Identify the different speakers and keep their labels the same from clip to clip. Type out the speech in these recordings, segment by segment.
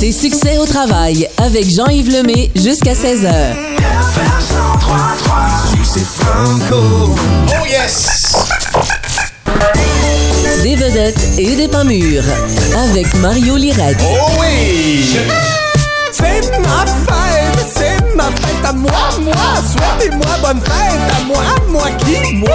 Speaker 1: Tes succès au travail avec Jean-Yves Lemay jusqu'à 16h.
Speaker 2: Oh yes!
Speaker 1: Des vedettes et des pas mûrs avec Mario Lirette.
Speaker 2: Oh oui!
Speaker 3: C'est ma fête, c'est ma fête à moi, moi. Souhaitez-moi bonne fête à moi, moi qui, moi.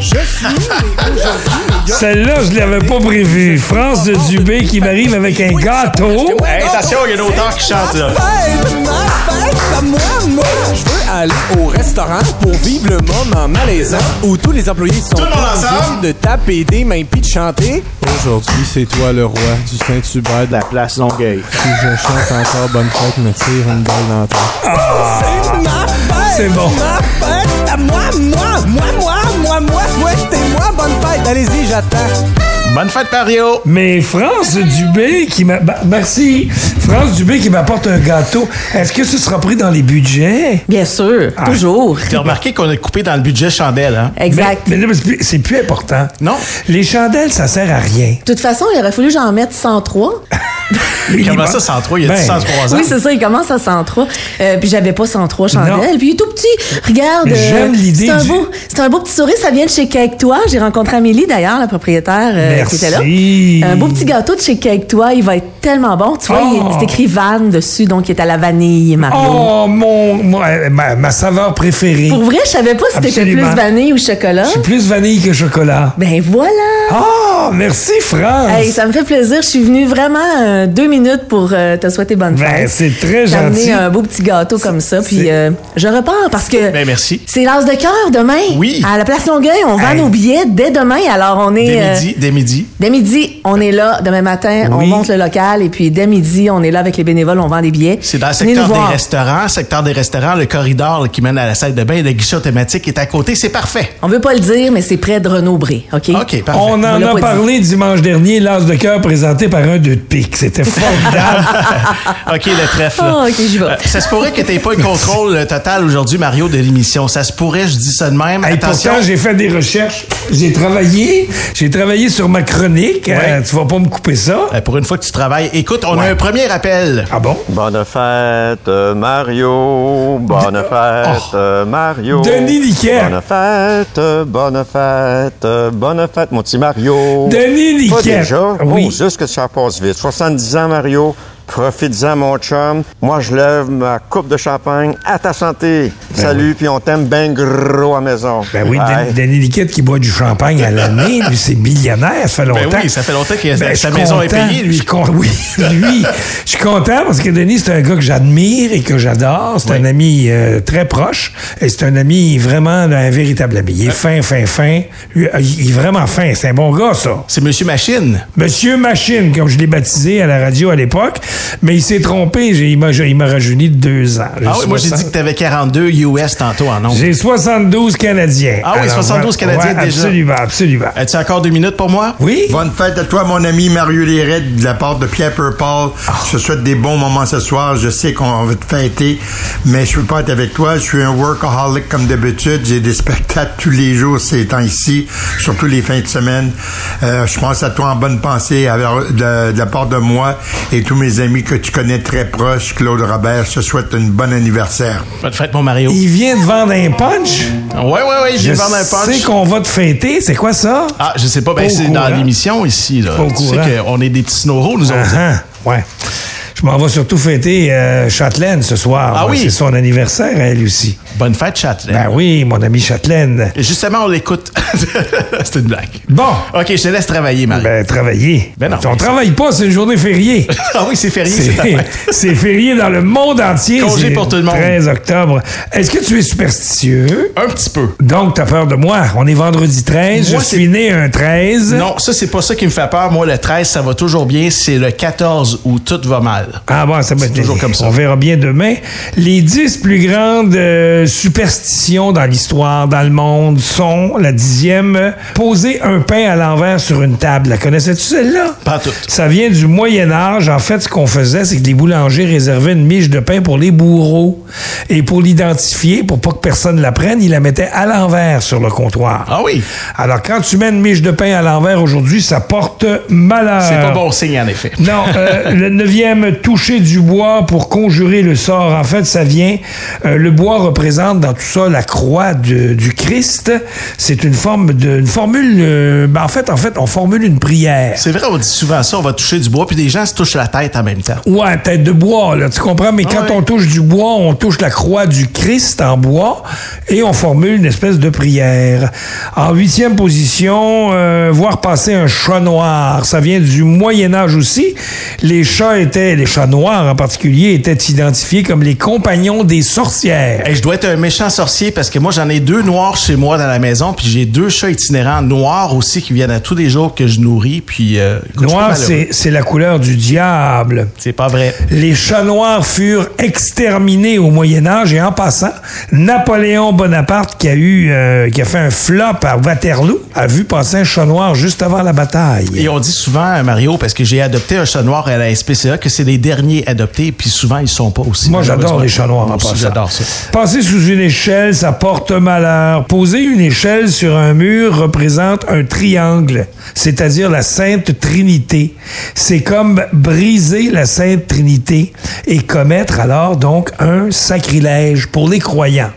Speaker 3: Je suis né aujourd'hui, les gars.
Speaker 4: Celle-là, je l'avais pas prévue. France de Dubé qui m'arrive avec un gâteau.
Speaker 2: Hey, attention, il y a une auteur qui chante là.
Speaker 3: Fête, ma fête à moi, moi. Je veux aller au restaurant pour vivre le moment malaisant où tous les employés sont
Speaker 2: le monde
Speaker 3: obligés
Speaker 2: ensemble.
Speaker 3: de taper des mains puis de chanter. Aujourd'hui, c'est toi le roi du Saint-Hubert de la
Speaker 2: Place Longueuil.
Speaker 3: Si je chante encore bonne fête, me tire une balle dans la tête. C'est ma fête!
Speaker 4: C'est bon.
Speaker 3: Ma fête à moi, moi, moi, moi, moi, moi, souhaitez-moi bonne fête! Allez-y, j'attends.
Speaker 2: Bonne fête, Mario!
Speaker 4: Mais France Dubé qui m'a... bah, merci. France Dubé qui m'apporte un gâteau. Est-ce que ce sera pris dans les budgets?
Speaker 5: Bien sûr, toujours.
Speaker 2: T'as remarqué qu'on a coupé dans le budget chandelle, hein?
Speaker 5: Exact.
Speaker 4: Ah. Mais, mais là, c'est plus- c'est plus important.
Speaker 2: Non.
Speaker 4: Les chandelles, ça sert à rien.
Speaker 5: De toute façon, il aurait fallu que j'en mette 103.
Speaker 2: Comment ça, 103? Il y a
Speaker 4: Ben,
Speaker 2: 103 ans.
Speaker 5: Oui, c'est ça, il commence à 103. Euh, puis j'avais pas 103 chandelles.
Speaker 4: Non.
Speaker 5: Puis il est tout petit. Regarde. euh,
Speaker 4: Mais j'aime l'idée
Speaker 5: C'est un,
Speaker 4: du-
Speaker 5: beau- c'est un beau petit sourire. Ça vient de chez Cake Toi. J'ai rencontré Amélie, d'ailleurs, la propriétaire euh, qui était là.
Speaker 4: Merci.
Speaker 5: Un beau petit gâteau de chez Cake Toi. Il va être tellement bon. Tu vois,
Speaker 4: Oh.
Speaker 5: il- c'est écrit Van dessus, donc il est à la vanille, Mario.
Speaker 4: Oh, mon, mon- euh, ma, ma saveur préférée.
Speaker 5: Pour Hein? vrai, je savais pas si c'était plus
Speaker 4: Absolument.
Speaker 5: vanille ou chocolat.
Speaker 4: Je suis plus vanille que chocolat.
Speaker 5: Ben voilà.
Speaker 4: Ah, merci France.
Speaker 2: Ah.
Speaker 5: Hey, ça me fait plaisir. Je suis venue vraiment euh, deux minutes pour euh, te souhaiter bonne
Speaker 4: Ben,
Speaker 5: fête.
Speaker 4: c'est très
Speaker 5: T'as
Speaker 4: gentil.
Speaker 5: amené un beau petit gâteau comme ça. Puis euh, je repars parce que.
Speaker 2: Ben, merci.
Speaker 5: C'est l'as de cœur demain.
Speaker 2: Oui.
Speaker 5: À la place Longueuil, on vend
Speaker 4: Hey.
Speaker 5: nos billets dès demain. Alors on est.
Speaker 2: Dès
Speaker 5: euh,
Speaker 2: midi, dès midi.
Speaker 5: Dès midi, on est là. Demain matin, on
Speaker 4: Oui.
Speaker 5: monte le local. Et puis dès midi, on est là avec les bénévoles, on vend des billets.
Speaker 2: C'est dans le
Speaker 5: Venez
Speaker 2: secteur
Speaker 5: nous
Speaker 2: des
Speaker 5: voir.
Speaker 2: restaurants, secteur des restaurants, le corridor là, qui mène à la salle de bain, le guichet automatique est à côté, c'est parfait.
Speaker 5: On veut pas le dire, mais c'est près de Renaud-Bré. OK?
Speaker 2: OK, parfait.
Speaker 4: On
Speaker 5: On
Speaker 4: en
Speaker 5: l'a
Speaker 4: a
Speaker 5: pas
Speaker 4: parlé dimanche dernier, l'as de cœur présenté par un deux de pique. C'était formidable.
Speaker 2: OK, le trèfle. là.
Speaker 5: Ah, OK, j'y vais.
Speaker 2: ça se pourrait que t'aies pas le contrôle euh, total aujourd'hui, Mario, de l'émission. Ça se pourrait, je dis ça de même.
Speaker 4: Et
Speaker 2: Attention.
Speaker 4: pourtant, j'ai fait des recherches, j'ai travaillé, j'ai travaillé sur ma chronique. Euh, tu vas pas me couper ça.
Speaker 2: Euh, Pour une fois que tu travailles. Écoute, on
Speaker 4: Ouais.
Speaker 2: a un premier appel.
Speaker 4: Ah bon?
Speaker 6: Bonne fête, euh, Mario. Bonne fête, euh, Mario.
Speaker 4: Oh. Denis Niquet.
Speaker 6: Bonne fête, euh, bonne fête, euh, bonne fête, mon petit Mario.
Speaker 4: Denis
Speaker 6: Pas
Speaker 4: Niquet.
Speaker 6: déjà?
Speaker 4: Oui.
Speaker 6: Oh, juste que ça passe vite. 70 ans, Mario. Profites-en, mon chum. Moi, je lève ma coupe de champagne à ta santé. Salut, puis on t'aime ben gros à maison.
Speaker 4: Ben oui,
Speaker 6: Bye.
Speaker 4: Dan- Danny Liquette qui boit du champagne à l'année, lui, c'est millionnaire, ça fait longtemps.
Speaker 2: Ben
Speaker 4: Ben,
Speaker 2: oui, ça fait longtemps que sa
Speaker 4: je suis
Speaker 2: maison est
Speaker 4: content.
Speaker 2: payée, lui.
Speaker 4: Je suis con- Oui, lui. Je suis content parce que Denis, c'est un gars que j'admire et que j'adore. C'est un ami euh, très proche et c'est un ami vraiment un véritable ami. Il est fin, fin, fin. Lui, euh, il est vraiment fin. C'est un bon gars, ça.
Speaker 2: C'est Monsieur Machine.
Speaker 4: Monsieur Machine, comme je l'ai baptisé à la radio à l'époque, mais il s'est trompé. J'ai- Il m'a il m'a rajeuni de deux ans.
Speaker 2: Ah oui, moi j'ai
Speaker 4: 60.
Speaker 2: dit que t'avais 42 US tantôt en nombre.
Speaker 4: J'ai 72 Canadiens.
Speaker 2: Ah oui, 72 Canadiens
Speaker 4: ouais,
Speaker 2: déjà.
Speaker 4: Absolument, absolument.
Speaker 2: As-tu encore deux minutes pour moi?
Speaker 4: Oui?
Speaker 7: Bonne fête à toi, mon ami Mario Lirette, de la part de Pierre Purple. Je te souhaite des bons moments ce soir. Je sais qu'on veut te fêter, mais je peux pas être avec toi. Je suis un workaholic comme d'habitude. J'ai des spectacles tous les jours ces temps ici, surtout les fins de semaine. Euh, je pense à toi en bonne pensée alors, de, de la part de moi et tous mes amis que tu connais très proches. Claude Robert, je te souhaite un bon anniversaire.
Speaker 2: Bonne fête, mon Mario.
Speaker 4: Il vient de vendre un punch.
Speaker 2: Ouais, ouais, ouais, j'ai
Speaker 4: Je
Speaker 2: vendu un
Speaker 4: sais
Speaker 2: punch.
Speaker 4: qu'on va te fêter. C'est quoi ça?
Speaker 2: Ah, je sais pas, ben
Speaker 4: Pas au
Speaker 2: c'est
Speaker 4: courant.
Speaker 2: dans l'émission ici, là.
Speaker 4: Pas au
Speaker 2: Tu sais
Speaker 4: courant.
Speaker 2: qu'on est des petits snoraux, nous autres.
Speaker 4: Ah, ah, ouais. Je m'en vais surtout fêter euh, Châtelaine ce soir.
Speaker 2: Ah
Speaker 4: Ouais,
Speaker 2: oui?
Speaker 4: C'est son anniversaire, elle aussi.
Speaker 2: Bonne fête, Châtelain.
Speaker 4: Ah. Ben oui, mon ami Châtelaine.
Speaker 2: Et Justement, on l'écoute. C'était une blague.
Speaker 4: Bon,
Speaker 2: OK, je te laisse travailler, Mario.
Speaker 4: ben travailler.
Speaker 2: Ah. Ben non,
Speaker 4: On
Speaker 2: mais-
Speaker 4: travaille pas, c'est une journée fériée.
Speaker 2: ah oui, c'est férié, c'est ta
Speaker 4: C'est
Speaker 2: fête.
Speaker 4: c'est férié dans le monde entier.
Speaker 2: Congé
Speaker 4: C'est
Speaker 2: pour tout le monde.
Speaker 4: 13 octobre. Est-ce que tu es superstitieux?
Speaker 2: Un petit peu.
Speaker 4: Donc, t'as peur de moi. On est vendredi 13.
Speaker 2: Moi,
Speaker 4: je
Speaker 2: c'est-
Speaker 4: suis né un 13.
Speaker 2: Non, ça, c'est pas ça qui me fait peur. Moi, le 13, ça va toujours bien. C'est le 14 où tout va mal.
Speaker 4: Ah bon, ça va
Speaker 2: C'est toujours comme ça.
Speaker 4: On verra bien demain. Les dix plus grandes euh, superstitions dans l'histoire, dans le monde, sont la dixième, euh, poser un pain à l'envers sur une table. La connaissais-tu celle-là?
Speaker 2: Pas tout.
Speaker 4: Ça vient du Moyen Âge. En fait, ce qu'on faisait, c'est que les boulangers réservaient une miche de pain pour les bourreaux. Et pour l'identifier, pour pas que personne la prenne, ils la mettaient à l'envers sur le comptoir.
Speaker 2: Ah oui.
Speaker 4: Alors, quand tu mets une miche de pain à l'envers aujourd'hui, ça porte malheur.
Speaker 2: C'est pas bon signe, en effet.
Speaker 4: Non, euh, le neuvième, toucher du bois pour conjurer le sort. En fait, ça vient. euh, le bois représente dans tout ça la croix de- du Christ. C'est une forme de, une formule. euh, ben, en fait, en fait, on formule une prière.
Speaker 2: C'est vrai, on dit souvent ça, on va toucher du bois, puis les gens se touchent la tête en même temps.
Speaker 4: Ouais, tête de bois, là, tu comprends? Mais quand
Speaker 2: Ah ouais.
Speaker 4: on touche du bois, on touche la croix du Christ en bois et on formule une espèce de prière. En huitième position, euh, voir passer un chat noir. Ça vient du Moyen Âge aussi. Les chats étaient, les chats noirs en particulier, étaient identifiés comme les compagnons des sorcières.
Speaker 2: Hey, je dois être un méchant sorcier parce que moi, j'en ai deux noirs chez moi dans la maison, puis j'ai deux chats itinérants noirs aussi qui viennent à tous les jours que je nourris, puis... euh, écoute, je suis pas
Speaker 4: Noir,
Speaker 2: malheureux.
Speaker 4: c'est c'est la couleur du diable.
Speaker 2: C'est pas vrai.
Speaker 4: Les chats noirs furent exterminés au Moyen Âge et en passant, Napoléon Bonaparte qui a eu euh, qui a fait un flop à Waterloo a vu passer un chat noir juste avant la bataille.
Speaker 2: Et on dit souvent, euh, Mario, parce que j'ai adopté un chat noir à la SPCA, que c'est les derniers adoptés, puis souvent, ils sont pas aussi.
Speaker 4: Moi, j'adore
Speaker 2: malheureusement.
Speaker 4: les chats noirs en
Speaker 2: Moi aussi,
Speaker 4: passant.
Speaker 2: J'adore ça.
Speaker 4: Passer sous une échelle, ça porte malheur. Poser une échelle sur un mur représente un triangle, c'est-à-dire la Sainte Trinité. C'est comme briser la Sainte Trinité et commettre alors donc un sacrilège pour les croyants.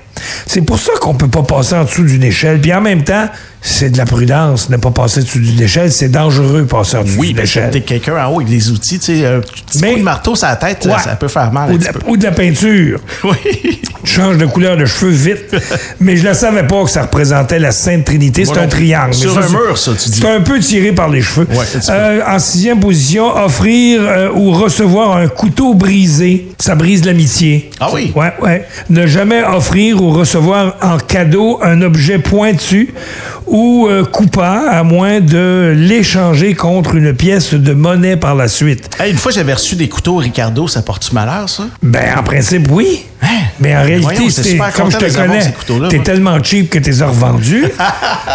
Speaker 4: C'est pour ça qu'on peut pas passer en dessous d'une échelle. Puis en même temps, c'est de la prudence, ne pas passer en dessous d'une échelle. C'est dangereux passer en dessous
Speaker 2: Oui,
Speaker 4: d'une
Speaker 2: mais
Speaker 4: échelle.
Speaker 2: t'es quelqu'un en haut avec des outils, tu sais, un petit
Speaker 4: Mais-
Speaker 2: coup de marteau sur la tête, là,
Speaker 4: Ouais.
Speaker 2: ça peut faire mal un
Speaker 4: Ou de
Speaker 2: petit
Speaker 4: la-
Speaker 2: peu.
Speaker 4: ou de la peinture.
Speaker 2: Oui.
Speaker 4: Tu changes de couleur de cheveux vite. mais je ne savais pas que ça représentait la Sainte Trinité. C'est
Speaker 2: Moi
Speaker 4: un
Speaker 2: non plus.
Speaker 4: triangle.
Speaker 2: Sur
Speaker 4: Mais
Speaker 2: un
Speaker 4: c'est-
Speaker 2: mur, ça, tu dis.
Speaker 4: C'est un peu tiré par les cheveux.
Speaker 2: Ouais, un petit peu.
Speaker 4: Euh, en sixième position, offrir euh, ou recevoir un couteau brisé. Ça brise l'amitié.
Speaker 2: Ah oui?
Speaker 4: Ouais, ouais. Ne jamais offrir ou recevoir en cadeau un objet pointu ou euh, coupant, à moins de l'échanger contre une pièce de monnaie par la suite.
Speaker 2: Hey, une fois, j'avais reçu des couteaux Ricardo, ça porte-tu malheur, ça?
Speaker 4: Ben, en principe, oui. Mais en
Speaker 2: Mais
Speaker 4: réalité,
Speaker 2: Hein? Ben, voyons, j'étais
Speaker 4: c'est-
Speaker 2: super
Speaker 4: comme
Speaker 2: content de
Speaker 4: je te
Speaker 2: les avoir,
Speaker 4: connais,
Speaker 2: ces couteaux-là,
Speaker 4: t'es
Speaker 2: moi.
Speaker 4: tellement cheap que t'es revendu.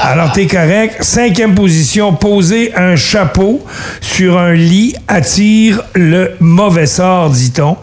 Speaker 4: Alors, t'es correct. Cinquième position, poser un chapeau sur un lit attire le mauvais sort, dit-on.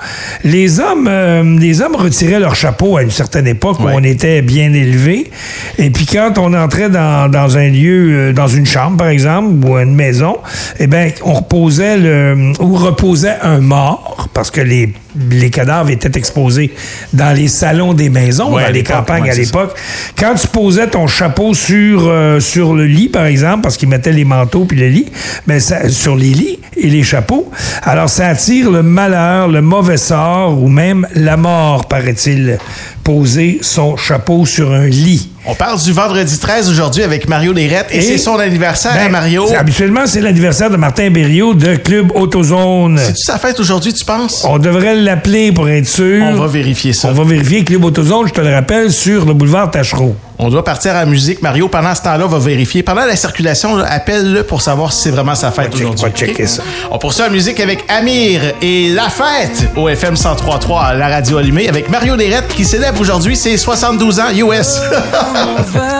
Speaker 4: Les hommes, euh, les hommes retiraient leur chapeau à une certaine époque où
Speaker 2: Ouais.
Speaker 4: on était bien élevé. Et puis, quand on entrait dans, dans un lieu, euh, dans une chambre, par exemple, ou une maison, eh ben, on reposait le, ou reposait un mort, parce que les, les cadavres étaient exposés dans les salons des maisons,
Speaker 2: Ouais,
Speaker 4: dans
Speaker 2: à
Speaker 4: les
Speaker 2: l'époque,
Speaker 4: campagnes
Speaker 2: ouais,
Speaker 4: à
Speaker 2: c'est ça.
Speaker 4: l'époque l'époque. Quand tu posais ton chapeau sur, euh, sur le lit, par exemple, parce qu'ils mettaient les manteaux puis le lit, ben ça, sur les lits et les chapeaux, alors ça attire le malheur, le mauvais sort ou même la mort, paraît-il, poser son chapeau sur un lit.
Speaker 2: On parle du vendredi 13 aujourd'hui avec Mario Lérette et, c'est son anniversaire
Speaker 4: Ben,
Speaker 2: à hein, Mario.
Speaker 4: c'est- Habituellement, c'est l'anniversaire de Martin Berriot de Club Autozone.
Speaker 2: C'est-tu sa fête aujourd'hui, tu penses?
Speaker 4: On devrait l'appeler pour être sûr.
Speaker 2: On va vérifier ça.
Speaker 4: On va vérifier Club Autozone, je te le rappelle, sur le boulevard Tachereau.
Speaker 2: On doit partir à la musique. Mario, pendant ce temps-là, va vérifier. Pendant la circulation, là, appelle-le pour savoir si c'est vraiment sa fête
Speaker 4: check-
Speaker 2: aujourd'hui.
Speaker 4: on va checker
Speaker 2: OK?
Speaker 4: ça.
Speaker 2: On poursuit la musique avec Amir et La Fête au FM 103.3, la radio allumée, avec Mario Lérette qui célèbre aujourd'hui ses 72 ans US.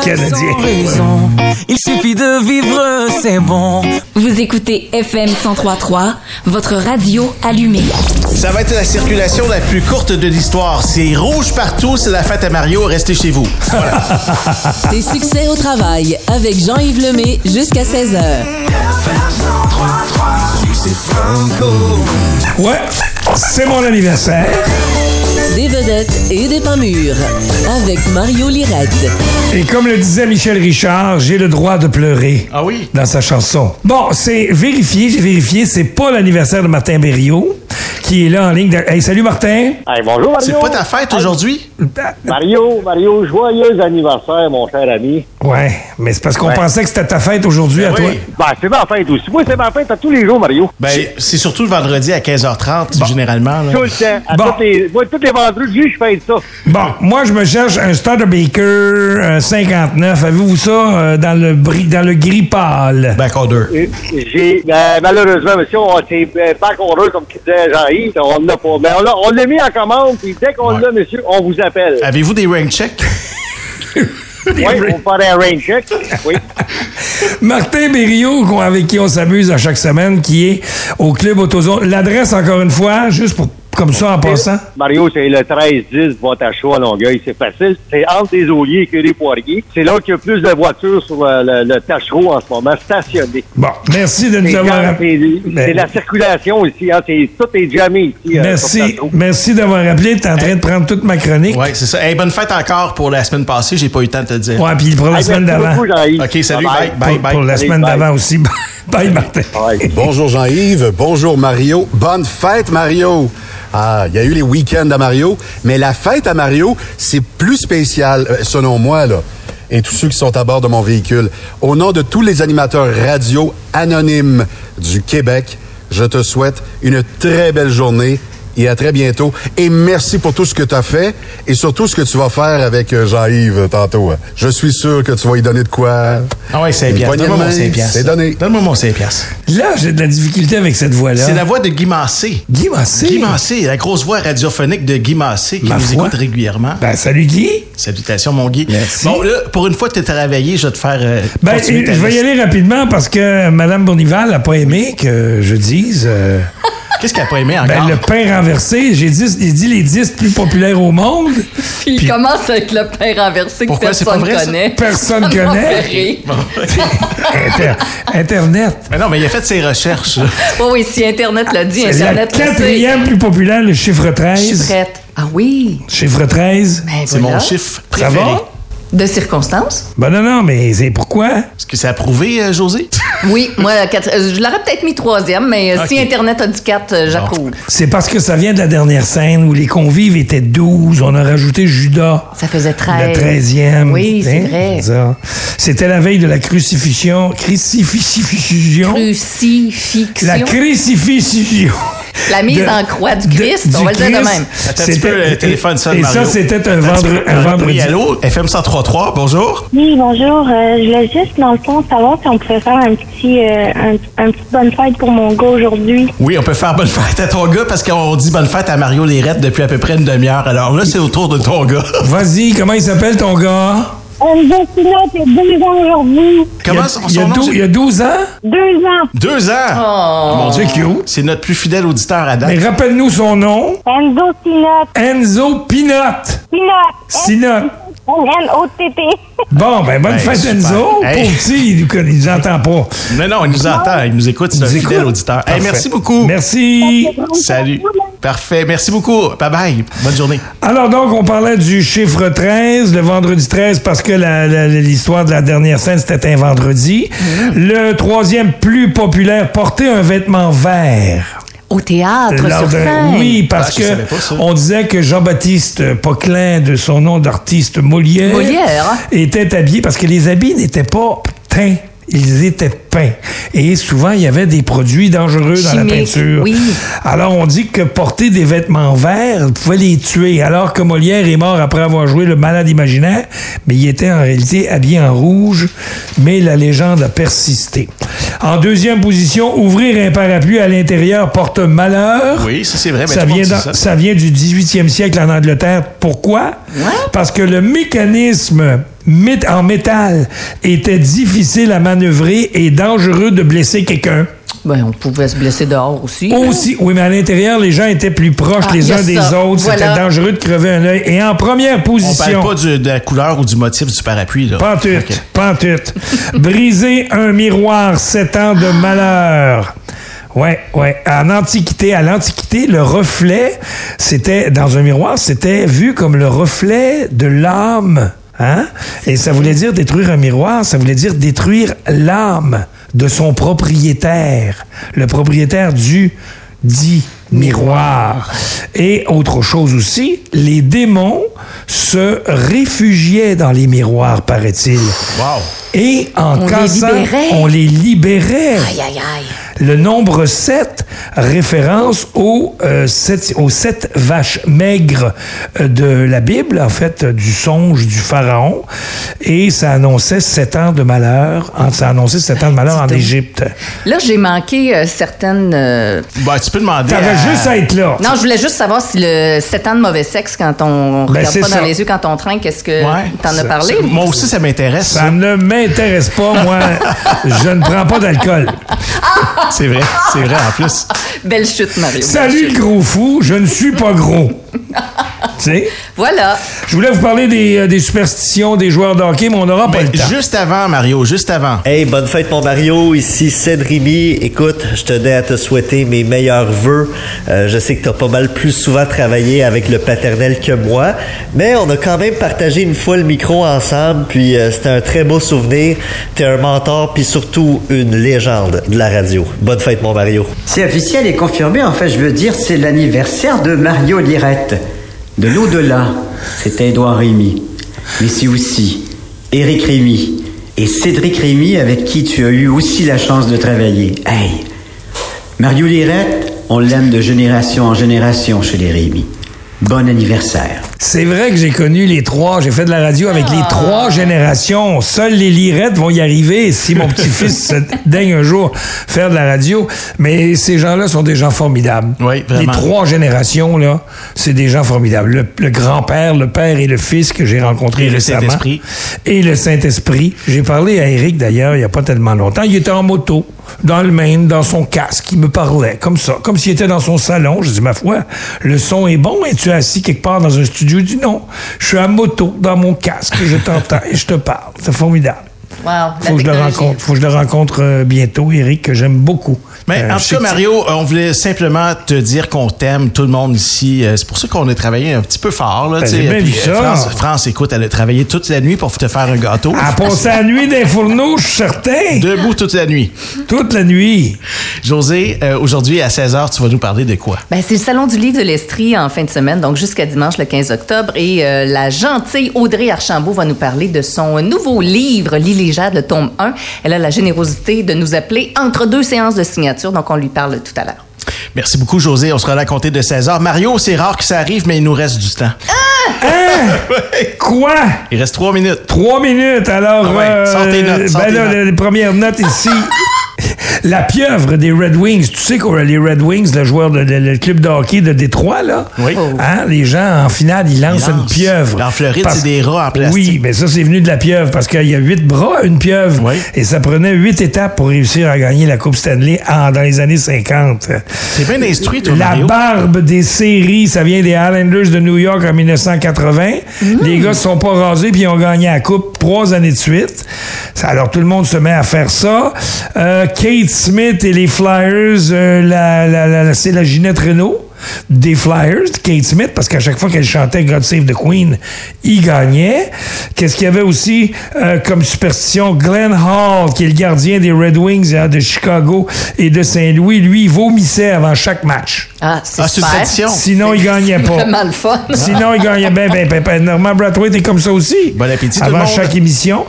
Speaker 4: Canadien.
Speaker 8: Il suffit de vivre, c'est bon.
Speaker 1: Vous écoutez FM 1033, votre radio allumée.
Speaker 2: ça va être la circulation la plus courte de l'histoire. C'est rouge partout, c'est la fête à Mario. Restez chez vous.
Speaker 1: Des succès au travail avec Jean-Yves Lemay jusqu'à 16h.
Speaker 4: Ouais, c'est mon anniversaire.
Speaker 1: Des vedettes et des pas mûrs avec Mario Lirette.
Speaker 4: Et comme le disait Michel Richard, j'ai le droit de pleurer.
Speaker 2: Ah oui?
Speaker 4: Dans sa chanson. Bon, c'est vérifié, j'ai vérifié, c'est pas l'anniversaire de Martin Berriot qui est là en ligne. de- Hey, salut Martin.
Speaker 9: Hey, bonjour Mario.
Speaker 2: C'est pas ta fête aujourd'hui?
Speaker 9: Mario, Mario, joyeux anniversaire, mon cher ami.
Speaker 4: Ouais, mais c'est parce qu'on
Speaker 9: Ouais.
Speaker 4: pensait que c'était ta fête aujourd'hui à
Speaker 2: oui.
Speaker 4: toi.
Speaker 9: Ben, c'est ma fête aussi. Moi, c'est ma fête à tous les jours, Mario.
Speaker 2: Ben, c'est surtout le vendredi à 15h30, généralement. là.
Speaker 9: Tout le temps. À
Speaker 4: Bon.
Speaker 9: toutes les, moi, tous les vendredis, je fête ça.
Speaker 4: Bon, moi je me cherche un Starter Baker euh, 59. Avez-vous ça euh, dans le bri- dans le gris pâle?
Speaker 2: Back order.
Speaker 9: Et J'ai, ben, malheureusement, monsieur, on s'est euh, pas heureux, comme disait Jean-Yves. On l'a pas. Mais on l'a, on l'a mis en commande, puis dès qu'on l'a, monsieur, on vous appelle.
Speaker 2: Avez-vous des rank checks?
Speaker 9: oui, on va faire un rain check. Oui.
Speaker 4: Martin Berriot, qu'on- avec qui on s'amuse à chaque semaine, qui est au Club Autozone. L'adresse, encore une fois, juste pour comme ça en passant?
Speaker 9: Mario, c'est le 13-10 boîte à choix à Longueuil. C'est facile. C'est entre des Oliers et Curie Poirier. C'est là qu'il y a plus de voitures sur euh, le, le, Tachereau en ce moment stationnées.
Speaker 4: Bon, merci de nous
Speaker 9: C'est
Speaker 4: avoir.
Speaker 9: quand- C'est c'est
Speaker 4: Ben,
Speaker 9: la circulation ici. hein. C'est- tout est jamais ici. euh, sur
Speaker 4: Merci,
Speaker 9: Tachereau.
Speaker 4: merci d'avoir appelé. T'es en train de prendre toute ma chronique.
Speaker 2: Ouais, c'est ça. Hey, bonne fête encore pour la semaine passée. J'ai pas eu le temps de te le dire.
Speaker 4: Ouais, puis pour la
Speaker 9: Hey,
Speaker 4: semaine
Speaker 9: merci
Speaker 4: d'avant.
Speaker 9: beaucoup, Jean-Yves.
Speaker 2: OK, salut. Bye,
Speaker 9: Bye-bye.
Speaker 2: bye,
Speaker 4: Pour- Pour la
Speaker 9: Allez,
Speaker 4: semaine
Speaker 9: bye.
Speaker 4: d'avant aussi. Bye, Martin.
Speaker 9: Bye.
Speaker 10: Bonjour Jean-Yves, bonjour Mario, bonne fête Mario. Ah, il y a eu les week-ends à Mario, mais la fête à Mario, c'est plus spécial, euh, selon moi, là, et tous ceux qui sont à bord de mon véhicule. Au nom de tous les animateurs radio anonymes du Québec, je te souhaite une très belle journée et à très bientôt. Et merci pour tout ce que tu as fait et surtout ce que tu vas faire avec euh, Jean-Yves euh, tantôt. hein. Je suis sûr que tu vas y donner de quoi.
Speaker 2: Ah ouais, 5
Speaker 10: Une
Speaker 2: piastres.
Speaker 10: poignée de
Speaker 2: Donne-moi mon
Speaker 10: main,
Speaker 2: 5 piastres.
Speaker 10: C'est donné.
Speaker 2: Donne-moi mon 5 piastres.
Speaker 4: Là, j'ai de la difficulté avec cette voix-là.
Speaker 2: C'est la voix de Guy Massé.
Speaker 4: Guy Massé.
Speaker 2: Guy Massé, la grosse voix radiophonique de Guy Massé qui
Speaker 4: Ma
Speaker 2: nous
Speaker 4: foi.
Speaker 2: écoute régulièrement.
Speaker 4: Ben, salut Guy.
Speaker 2: Salutations, mon Guy.
Speaker 4: Merci.
Speaker 2: Bon, là, pour une fois que tu travaillé, je vais te faire. euh,
Speaker 4: Ben,
Speaker 2: continuer ta
Speaker 4: je vais y
Speaker 2: liste.
Speaker 4: aller rapidement parce que Mme Bournival n'a pas aimé que je dise euh,
Speaker 2: Qu'est-ce qu'elle n'a pas aimé encore?
Speaker 4: ben, le pain renversé. J'ai dit, il dit les 10 plus populaires au monde.
Speaker 11: Puis il commence avec le pain renversé que
Speaker 2: Pourquoi? C'est pas
Speaker 11: personne
Speaker 2: vrai, ça?
Speaker 11: connaît.
Speaker 4: Personne
Speaker 11: Ça m'a
Speaker 4: connaît.
Speaker 11: fait rire.
Speaker 4: Inter- Internet.
Speaker 2: Mais Ben non, mais il a fait ses recherches.
Speaker 11: Oui, oui, si Internet l'a dit,
Speaker 4: C'est la
Speaker 11: Internet le sait.
Speaker 4: quatrième plus populaire, le chiffre
Speaker 11: Je
Speaker 4: 13.
Speaker 11: suis prête. Ah oui.
Speaker 4: Chiffre 13.
Speaker 11: Ben,
Speaker 2: C'est
Speaker 11: voilà.
Speaker 2: mon chiffre
Speaker 4: Ça
Speaker 2: préféré.
Speaker 4: va?
Speaker 11: De circonstances?
Speaker 4: Ben non, non, mais c'est pourquoi?
Speaker 2: Est-ce que ça a prouvé, euh, José?
Speaker 11: Oui, moi, la quatre- euh, je l'aurais peut-être mis troisième, mais euh, si
Speaker 2: Ok.
Speaker 11: Internet a dit quatre, euh, j'approuve.
Speaker 4: C'est parce que ça vient de la dernière scène où les convives étaient 12. On a rajouté Judas.
Speaker 11: Ça faisait 13.
Speaker 4: Le 13e.
Speaker 11: Oui, c'est
Speaker 4: Hein?
Speaker 11: vrai.
Speaker 4: Ça. C'était la veille de la crucifixion. Crucifixion.
Speaker 11: Crucifixion.
Speaker 4: La crucifixion.
Speaker 11: La mise en croix du Christ, on va le dire de
Speaker 4: Christ.
Speaker 11: même.
Speaker 2: Attends un petit
Speaker 4: C'était-
Speaker 2: peu, le téléphone sonne,
Speaker 4: Et ça,
Speaker 2: Mario.
Speaker 4: c'était un,
Speaker 2: Attends
Speaker 4: vendre-
Speaker 2: petit peu.
Speaker 4: un vendredi.
Speaker 2: Oui, allô? FM 1033, bonjour.
Speaker 3: Oui, bonjour. Euh, je voulais juste, dans le fond, savoir si on pouvait faire un petit, euh, un, un petit bonne fête pour mon gars aujourd'hui.
Speaker 2: Oui, on peut faire bonne fête à ton gars parce qu'on dit bonne fête à Mario Lérette depuis à peu près une demi-heure. Alors là, c'est au tour de ton gars.
Speaker 4: Vas-y, comment il s'appelle ton gars?
Speaker 3: On va sinon, il y a deux ans aujourd'hui.
Speaker 4: Il y
Speaker 2: Comment
Speaker 4: a-
Speaker 2: son
Speaker 4: il y a
Speaker 2: nom?
Speaker 4: dou-
Speaker 2: j'ai-
Speaker 4: il y a 12 ans?
Speaker 3: Deux ans.
Speaker 2: Deux ans! Mon Dieu,
Speaker 4: cute.
Speaker 2: C'est notre plus fidèle auditeur à date.
Speaker 4: Mais rappelle-nous son nom.
Speaker 3: Enzo Sinot.
Speaker 4: Enzo Pinot.
Speaker 3: Sinot.
Speaker 4: Sinot.
Speaker 3: N-O-T-T.
Speaker 4: Bon, ben, bonne
Speaker 2: Ben,
Speaker 4: fête,
Speaker 2: super.
Speaker 4: Enzo.
Speaker 2: Hey.
Speaker 4: Pauvre petit, il nous connaît- il nous entend pas.
Speaker 2: Non, non, il nous
Speaker 3: Ah.
Speaker 2: entend, il nous écoute, c'est un
Speaker 4: Nous
Speaker 2: fidèle
Speaker 4: écoute.
Speaker 2: auditeur. Hey,
Speaker 4: Parfait.
Speaker 2: merci beaucoup.
Speaker 4: Merci.
Speaker 2: Salut. Parfait. Merci beaucoup. Bye bye. Bonne journée.
Speaker 4: Alors donc, on parlait du chiffre 13, le vendredi 13, parce que la- la- l'histoire de la dernière scène, c'était un vendredi.
Speaker 2: Mmh.
Speaker 4: Le troisième plus populaire, porter un vêtement vert.
Speaker 11: Au théâtre,
Speaker 4: Lors
Speaker 11: sur
Speaker 4: d'un-
Speaker 11: scène.
Speaker 4: Oui, parce
Speaker 2: Ah, je savais pas ça.
Speaker 4: que on disait que Jean-Baptiste Poquelin, de son nom d'artiste Molière,
Speaker 11: Molière.
Speaker 4: était habillé parce que les habits n'étaient pas teints. Ils étaient peints. Et souvent, il y avait des produits dangereux dans la
Speaker 11: Chimiques,
Speaker 4: peinture.
Speaker 11: oui.
Speaker 4: Alors, on dit que porter des vêtements verts pouvait les tuer. Alors que Molière est mort après avoir joué Le Malade imaginaire, mais il était en réalité habillé en rouge, mais la légende a persisté. En deuxième position, ouvrir un parapluie à l'intérieur porte malheur.
Speaker 2: Oui, ça c'est vrai. mais
Speaker 4: Ça
Speaker 2: tout le
Speaker 4: vient,
Speaker 2: monde dit ça.
Speaker 4: dans- ça vient du 18e siècle en Angleterre. Pourquoi? Parce que le mécanisme mét- en métal était difficile à manœuvrer et dangereux de blesser quelqu'un.
Speaker 11: Ben, on pouvait se blesser dehors aussi. là.
Speaker 4: Aussi, oui, mais à l'intérieur, les gens étaient plus proches
Speaker 11: Ah,
Speaker 4: les
Speaker 11: y a
Speaker 4: uns des
Speaker 11: ça.
Speaker 4: autres.
Speaker 11: Voilà.
Speaker 4: C'était dangereux de crever un œil. Et en première
Speaker 2: On
Speaker 4: position,
Speaker 2: parle pas du- de la couleur ou du motif du parapluie. Là.
Speaker 4: Pantoute,
Speaker 2: Ok.
Speaker 4: pantoute. Briser un miroir, sept ans de malheur. Ouais, ouais. En antiquité, à l'antiquité, le reflet, c'était dans un miroir, c'était vu comme le reflet de l'âme, hein Et ça voulait dire détruire un miroir, ça voulait dire détruire l'âme de son propriétaire, le propriétaire du dit miroir. Et autre chose aussi, les démons se réfugiaient dans les miroirs, paraît-il.
Speaker 2: Wow.
Speaker 4: Et en
Speaker 11: On les
Speaker 4: cassant,
Speaker 11: libérait.
Speaker 4: on les libérait.
Speaker 11: Aïe, aïe, aïe.
Speaker 4: Le nombre 7, référence aux, euh, sept, aux sept vaches maigres euh, de la Bible, en fait, euh, du songe du Pharaon. Et ça annonçait sept ans de malheur. en- Ça annonçait sept ans de malheur en
Speaker 11: donc.
Speaker 4: Égypte.
Speaker 11: Là, j'ai manqué euh, certaines. euh,
Speaker 2: Ben, tu peux demander.
Speaker 4: T'avais
Speaker 2: à-
Speaker 4: juste à être là.
Speaker 11: Non, je voulais juste savoir si le 7 ans de mauvais sexe, quand on
Speaker 4: Ben,
Speaker 11: regarde
Speaker 4: c'est
Speaker 11: pas
Speaker 4: ça.
Speaker 11: dans les yeux, quand on traîne, qu'est-ce que
Speaker 2: Ouais.
Speaker 11: Euh, t'en as
Speaker 2: Ça-
Speaker 11: parlé?
Speaker 2: ça- Moi aussi, ça m'intéresse.
Speaker 4: Ça ne m'intéresse pas, moi. je ne prends pas d'alcool.
Speaker 2: C'est vrai, c'est vrai en plus.
Speaker 11: Belle chute, Mario.
Speaker 4: Salut le gros fou, je ne suis pas gros. tu sais?
Speaker 11: Voilà.
Speaker 4: Je voulais vous parler des, euh, des superstitions des joueurs de hockey, mais on n'aura pas le temps.
Speaker 2: Juste avant, Mario, juste avant.
Speaker 12: Hey, bonne fête, mon Mario. Ici Ced Rimi. Écoute, je tenais à te souhaiter mes meilleurs vœux. Euh, je sais que tu as pas mal plus souvent travaillé avec le paternel que moi, mais on a quand même partagé une fois le micro ensemble, puis euh, c'était un très beau souvenir. Tu es un mentor, puis surtout une légende de la radio. Bonne fête, mon Mario.
Speaker 13: C'est officiel et confirmé, en fait, je veux dire, c'est l'anniversaire de Mario Lirette. De l'au-delà, c'était Édouard Rémy. Mais c'est aussi Éric Rémy et Cédric Rémy avec qui tu as eu aussi la chance de travailler. Hey! Mario Lirette, on l'aime de génération en génération chez les Rémy. Bon anniversaire.
Speaker 4: C'est vrai que j'ai connu les trois, j'ai fait de la radio avec
Speaker 2: Ah.
Speaker 4: les trois générations. Seuls les lirettes vont y arriver si mon petit-fils se daigne un jour faire de la radio. Mais ces gens-là sont des gens formidables.
Speaker 2: Oui,
Speaker 4: Les
Speaker 2: vraiment.
Speaker 4: trois générations, là, c'est des gens formidables. Le, le grand-père, le père et le fils que j'ai rencontrés
Speaker 2: Et le
Speaker 4: récemment.
Speaker 2: Saint-Esprit.
Speaker 4: Et le Saint-Esprit. J'ai parlé à Eric, d'ailleurs, il n'y a pas tellement longtemps. Il était en moto, dans le Maine, dans son casque. Il me parlait, comme ça, comme s'il était dans son salon. Je dis, ma foi, le son est bon. Es-tu assis quelque part dans un studio? Il dit, non, je suis à moto, dans mon casque. Je t'entends et je te parle. C'est formidable.
Speaker 11: Wow. la
Speaker 4: Faut que je le
Speaker 11: technologie.
Speaker 4: rencontre. Faut que je le rencontre euh, bientôt, Eric, que j'aime beaucoup.
Speaker 2: Mais
Speaker 4: Euh,
Speaker 2: en
Speaker 4: je
Speaker 2: tout
Speaker 4: sais
Speaker 2: cas,
Speaker 4: que-
Speaker 2: Mario, on voulait simplement te dire qu'on t'aime, tout le monde ici. Euh, C'est pour ça qu'on a travaillé un petit peu fort. Là,
Speaker 4: Ben,
Speaker 2: tu sais.
Speaker 4: j'ai bien
Speaker 2: Puis,
Speaker 4: vu
Speaker 2: euh,
Speaker 4: ça.
Speaker 2: France, France, écoute, elle a travaillé toute la nuit pour te faire un gâteau.
Speaker 4: À passer la nuit des fourneaux, je suis certain.
Speaker 2: Debout toute la nuit.
Speaker 4: Toute la nuit.
Speaker 2: José, euh, aujourd'hui à 16h, tu vas nous parler de quoi?
Speaker 11: Ben, c'est le Salon du livre de l'Estrie en fin de semaine, donc jusqu'à dimanche le 15 octobre. Et euh, la gentille Audrey Archambault va nous parler de son nouveau livre, Lily Jade, le tome 1. Elle a la générosité de nous appeler entre deux séances de signature, donc on lui parle tout à l'heure.
Speaker 2: Merci beaucoup, José. On sera là à compter de 16h. Mario, c'est rare que ça arrive, mais il nous reste du temps.
Speaker 4: Quoi?
Speaker 2: Il reste trois minutes.
Speaker 4: Trois minutes, alors.
Speaker 2: Ah ouais,
Speaker 4: euh,
Speaker 2: sors tes notes, sors
Speaker 4: ben
Speaker 2: tes
Speaker 4: là,
Speaker 2: notes.
Speaker 4: les- les premières notes ici. La pieuvre des Red Wings. Tu sais que les Red Wings, le joueur de le, le club de hockey de Détroit, là.
Speaker 2: Oui.
Speaker 4: Hein, les gens, en finale, ils lancent,
Speaker 2: Ils lancent.
Speaker 4: une pieuvre.
Speaker 2: En Floride,
Speaker 4: Parce-
Speaker 2: c'est des rats en plastique.
Speaker 4: Oui, mais ça, c'est venu de la pieuvre parce qu'il y a huit bras, une pieuvre. Et ça prenait huit étapes pour réussir à gagner la Coupe Stanley en- dans les années 50.
Speaker 2: T'es bien instruit, toi,
Speaker 4: La
Speaker 2: Mario.
Speaker 4: barbe des séries, ça vient des Highlanders de New York en 1980. Les gars se sont pas rasés puis ils ont gagné la coupe trois années de suite. Ça- Alors tout le monde se met à faire ça. Euh, Kate Smith et les Flyers, euh, la- la- la- la- c'est la Ginette Renault des Flyers, Kate Smith, parce qu'à chaque fois qu'elle chantait God Save the Queen, il gagnait. Qu'est-ce qu'il y avait aussi euh, comme superstition? Glenn Hall, qui est le gardien des Red Wings hein, de Chicago et de Saint-Louis, lui, il vomissait avant chaque match.
Speaker 11: Ah, c'est
Speaker 2: Ah, c'est une
Speaker 11: super.
Speaker 2: tradition.
Speaker 4: Sinon, il gagnait pas.
Speaker 11: Vraiment le fun.
Speaker 4: Sinon, il gagnait bien, bien, bien, bien. Normand Brathwaite est comme ça aussi.
Speaker 2: Bon appétit, tout le
Speaker 4: Avant
Speaker 2: monde.
Speaker 4: chaque émission.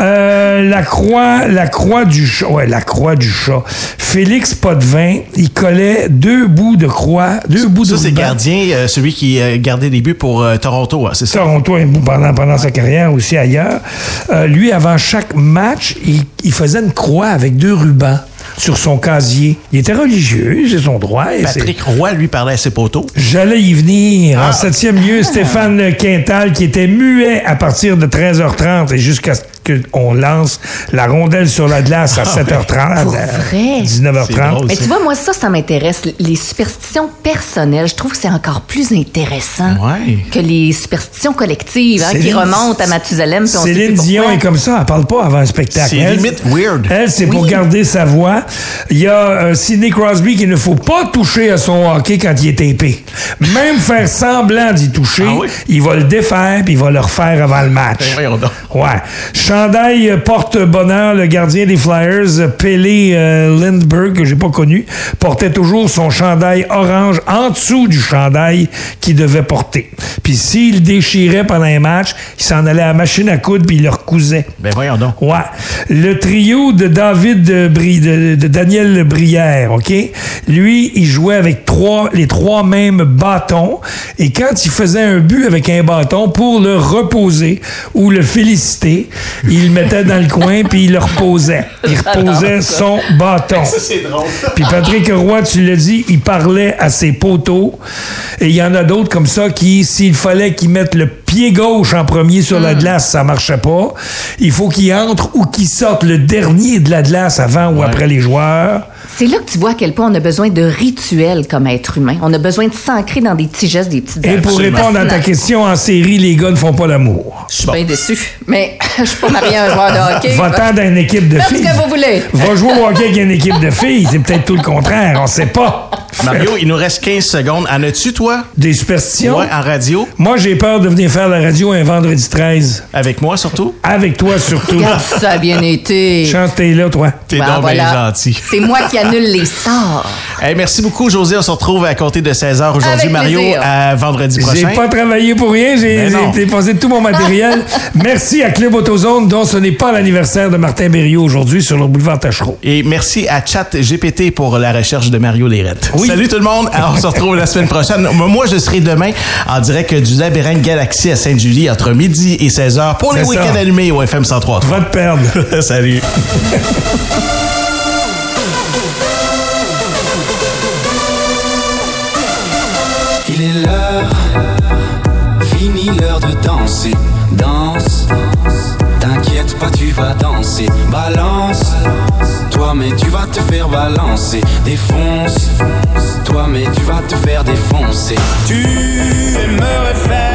Speaker 4: Euh, la croix, la croix du chat. Ouais, la croix du chat. Félix Potvin, il collait deux bouts de croix, deux bouts
Speaker 2: Ça,
Speaker 4: de
Speaker 2: c'est
Speaker 4: ruban.
Speaker 2: gardien, euh, celui qui euh, gardait les buts pour euh, Toronto, hein, c'est ça?
Speaker 4: Toronto un bout pendant, pendant sa carrière aussi ailleurs. Euh, lui, avant chaque match, il, il faisait une croix avec deux rubans sur son casier. Il était religieux, c'est son droit. et c'est-
Speaker 2: Patrick Roy, lui, parlait à ses poteaux.
Speaker 4: J'allais y venir.
Speaker 2: Ah.
Speaker 4: En septième lieu, Stéphane Quintal, qui était muet à partir de 13h30 et jusqu'à ce qu'on lance la rondelle sur la glace
Speaker 2: Ah,
Speaker 4: à 7h30,
Speaker 11: Pour
Speaker 4: à
Speaker 11: vrai?
Speaker 2: C'est drôle,
Speaker 4: 19h30.
Speaker 11: Mais tu vois, moi, ça, ça m'intéresse. Les superstitions personnelles, je trouve que c'est encore plus intéressant
Speaker 2: Ouais.
Speaker 11: que les superstitions collectives hein, qui
Speaker 4: Céline-
Speaker 11: remontent à Mathusalem. puis on sait
Speaker 4: Céline
Speaker 11: plus
Speaker 4: Dion
Speaker 11: pourquoi.
Speaker 4: est comme ça, elle parle pas avant un spectacle.
Speaker 2: C'est
Speaker 4: Elle,
Speaker 2: limite weird.
Speaker 4: Elle, c'est pour garder sa voix. Il y a euh, Sidney Crosby qu'il ne faut pas toucher à son hockey quand il est tapé. Même faire semblant d'y toucher,
Speaker 2: Ah oui?
Speaker 4: il va le défaire puis il va le refaire avant le match.
Speaker 2: Ben voyons donc.
Speaker 4: Ouais. Chandail euh, porte-bonheur, le gardien des Flyers, euh, Pelé euh, Lindbergh, que j'ai pas connu, portait toujours son chandail orange en dessous du chandail qu'il devait porter. Puis s'il déchirait pendant un match, il s'en allait à la machine à coudre puis il le recousait.
Speaker 2: Ben voyons donc.
Speaker 4: Ouais. Le trio de David euh, Bri- de, de Daniel Brière, OK? Lui, il jouait avec trois, les trois mêmes bâtons. Et quand il faisait un but avec un bâton pour le reposer ou le féliciter, il le mettait dans le coin puis il le reposait. Il reposait son bâton. Puis Patrick Roy, tu l'as dit, il parlait à ses poteaux. Et il y en a d'autres comme ça qui, s'il fallait qu'ils mettent le pied gauche en premier sur
Speaker 11: Hmm.
Speaker 4: la glace, ça marchait pas. Il faut qu'il entre ou qu'il sorte le dernier de la glace avant ou après les joueurs.
Speaker 11: C'est là que tu vois à quel point on a besoin de rituels comme être humain. On a besoin de s'ancrer dans des petits gestes, des petites
Speaker 4: Et pour
Speaker 11: habitudes.
Speaker 4: répondre à ta
Speaker 11: Fascinant.
Speaker 4: question, en série, les gars ne font pas l'amour.
Speaker 11: Je suis bien déçu, mais je suis pas mariée à un joueur de hockey.
Speaker 4: Va-t'en dans une équipe de
Speaker 11: Faites
Speaker 4: filles.
Speaker 11: ce que vous voulez.
Speaker 4: Va jouer au hockey avec une équipe de filles. C'est peut-être tout le contraire. On sait pas.
Speaker 2: Mario, il nous reste 15 secondes. En as-tu, toi?
Speaker 4: Des superstitions?
Speaker 2: Ouais, en radio.
Speaker 4: Moi, j'ai peur de venir faire la radio un vendredi 13.
Speaker 2: Avec moi, surtout?
Speaker 4: Avec toi, surtout.
Speaker 11: Regarde, ça a bien été.
Speaker 4: Chance, t'es là, toi.
Speaker 2: T'es
Speaker 11: Ben,
Speaker 2: donc bien
Speaker 11: voilà.
Speaker 2: gentil.
Speaker 11: C'est moi qui annule les sorts.
Speaker 2: Hey, merci beaucoup, José. On se retrouve à compter de 16h aujourd'hui,
Speaker 11: Avec
Speaker 2: Mario,
Speaker 11: plaisir.
Speaker 2: à vendredi prochain.
Speaker 4: J'ai pas travaillé pour rien, j'ai
Speaker 2: Mais non.
Speaker 4: j'ai déposé tout mon matériel. Merci à Club AutoZone, dont ce n'est pas l'anniversaire de Martin Berriot aujourd'hui sur le boulevard Tachereau.
Speaker 2: Et merci à ChatGPT pour la recherche de Mario Lérette. Salut tout le monde. Alors, on se retrouve la semaine prochaine. Moi, je serai demain en direct du Labyrinthe Galaxy à Sainte-Julie entre midi et 16h pour les
Speaker 4: C'est ça.
Speaker 2: week-ends allumés au FM 103.
Speaker 4: Va te perdre.
Speaker 2: Salut.
Speaker 10: Il est l'heure, fini l'heure de danser. Danse, t'inquiète pas, tu vas danser. Balance, toi, mais tu vas te faire balancer. Défonce, toi, mais tu vas te faire défoncer. Tu aimerais faire.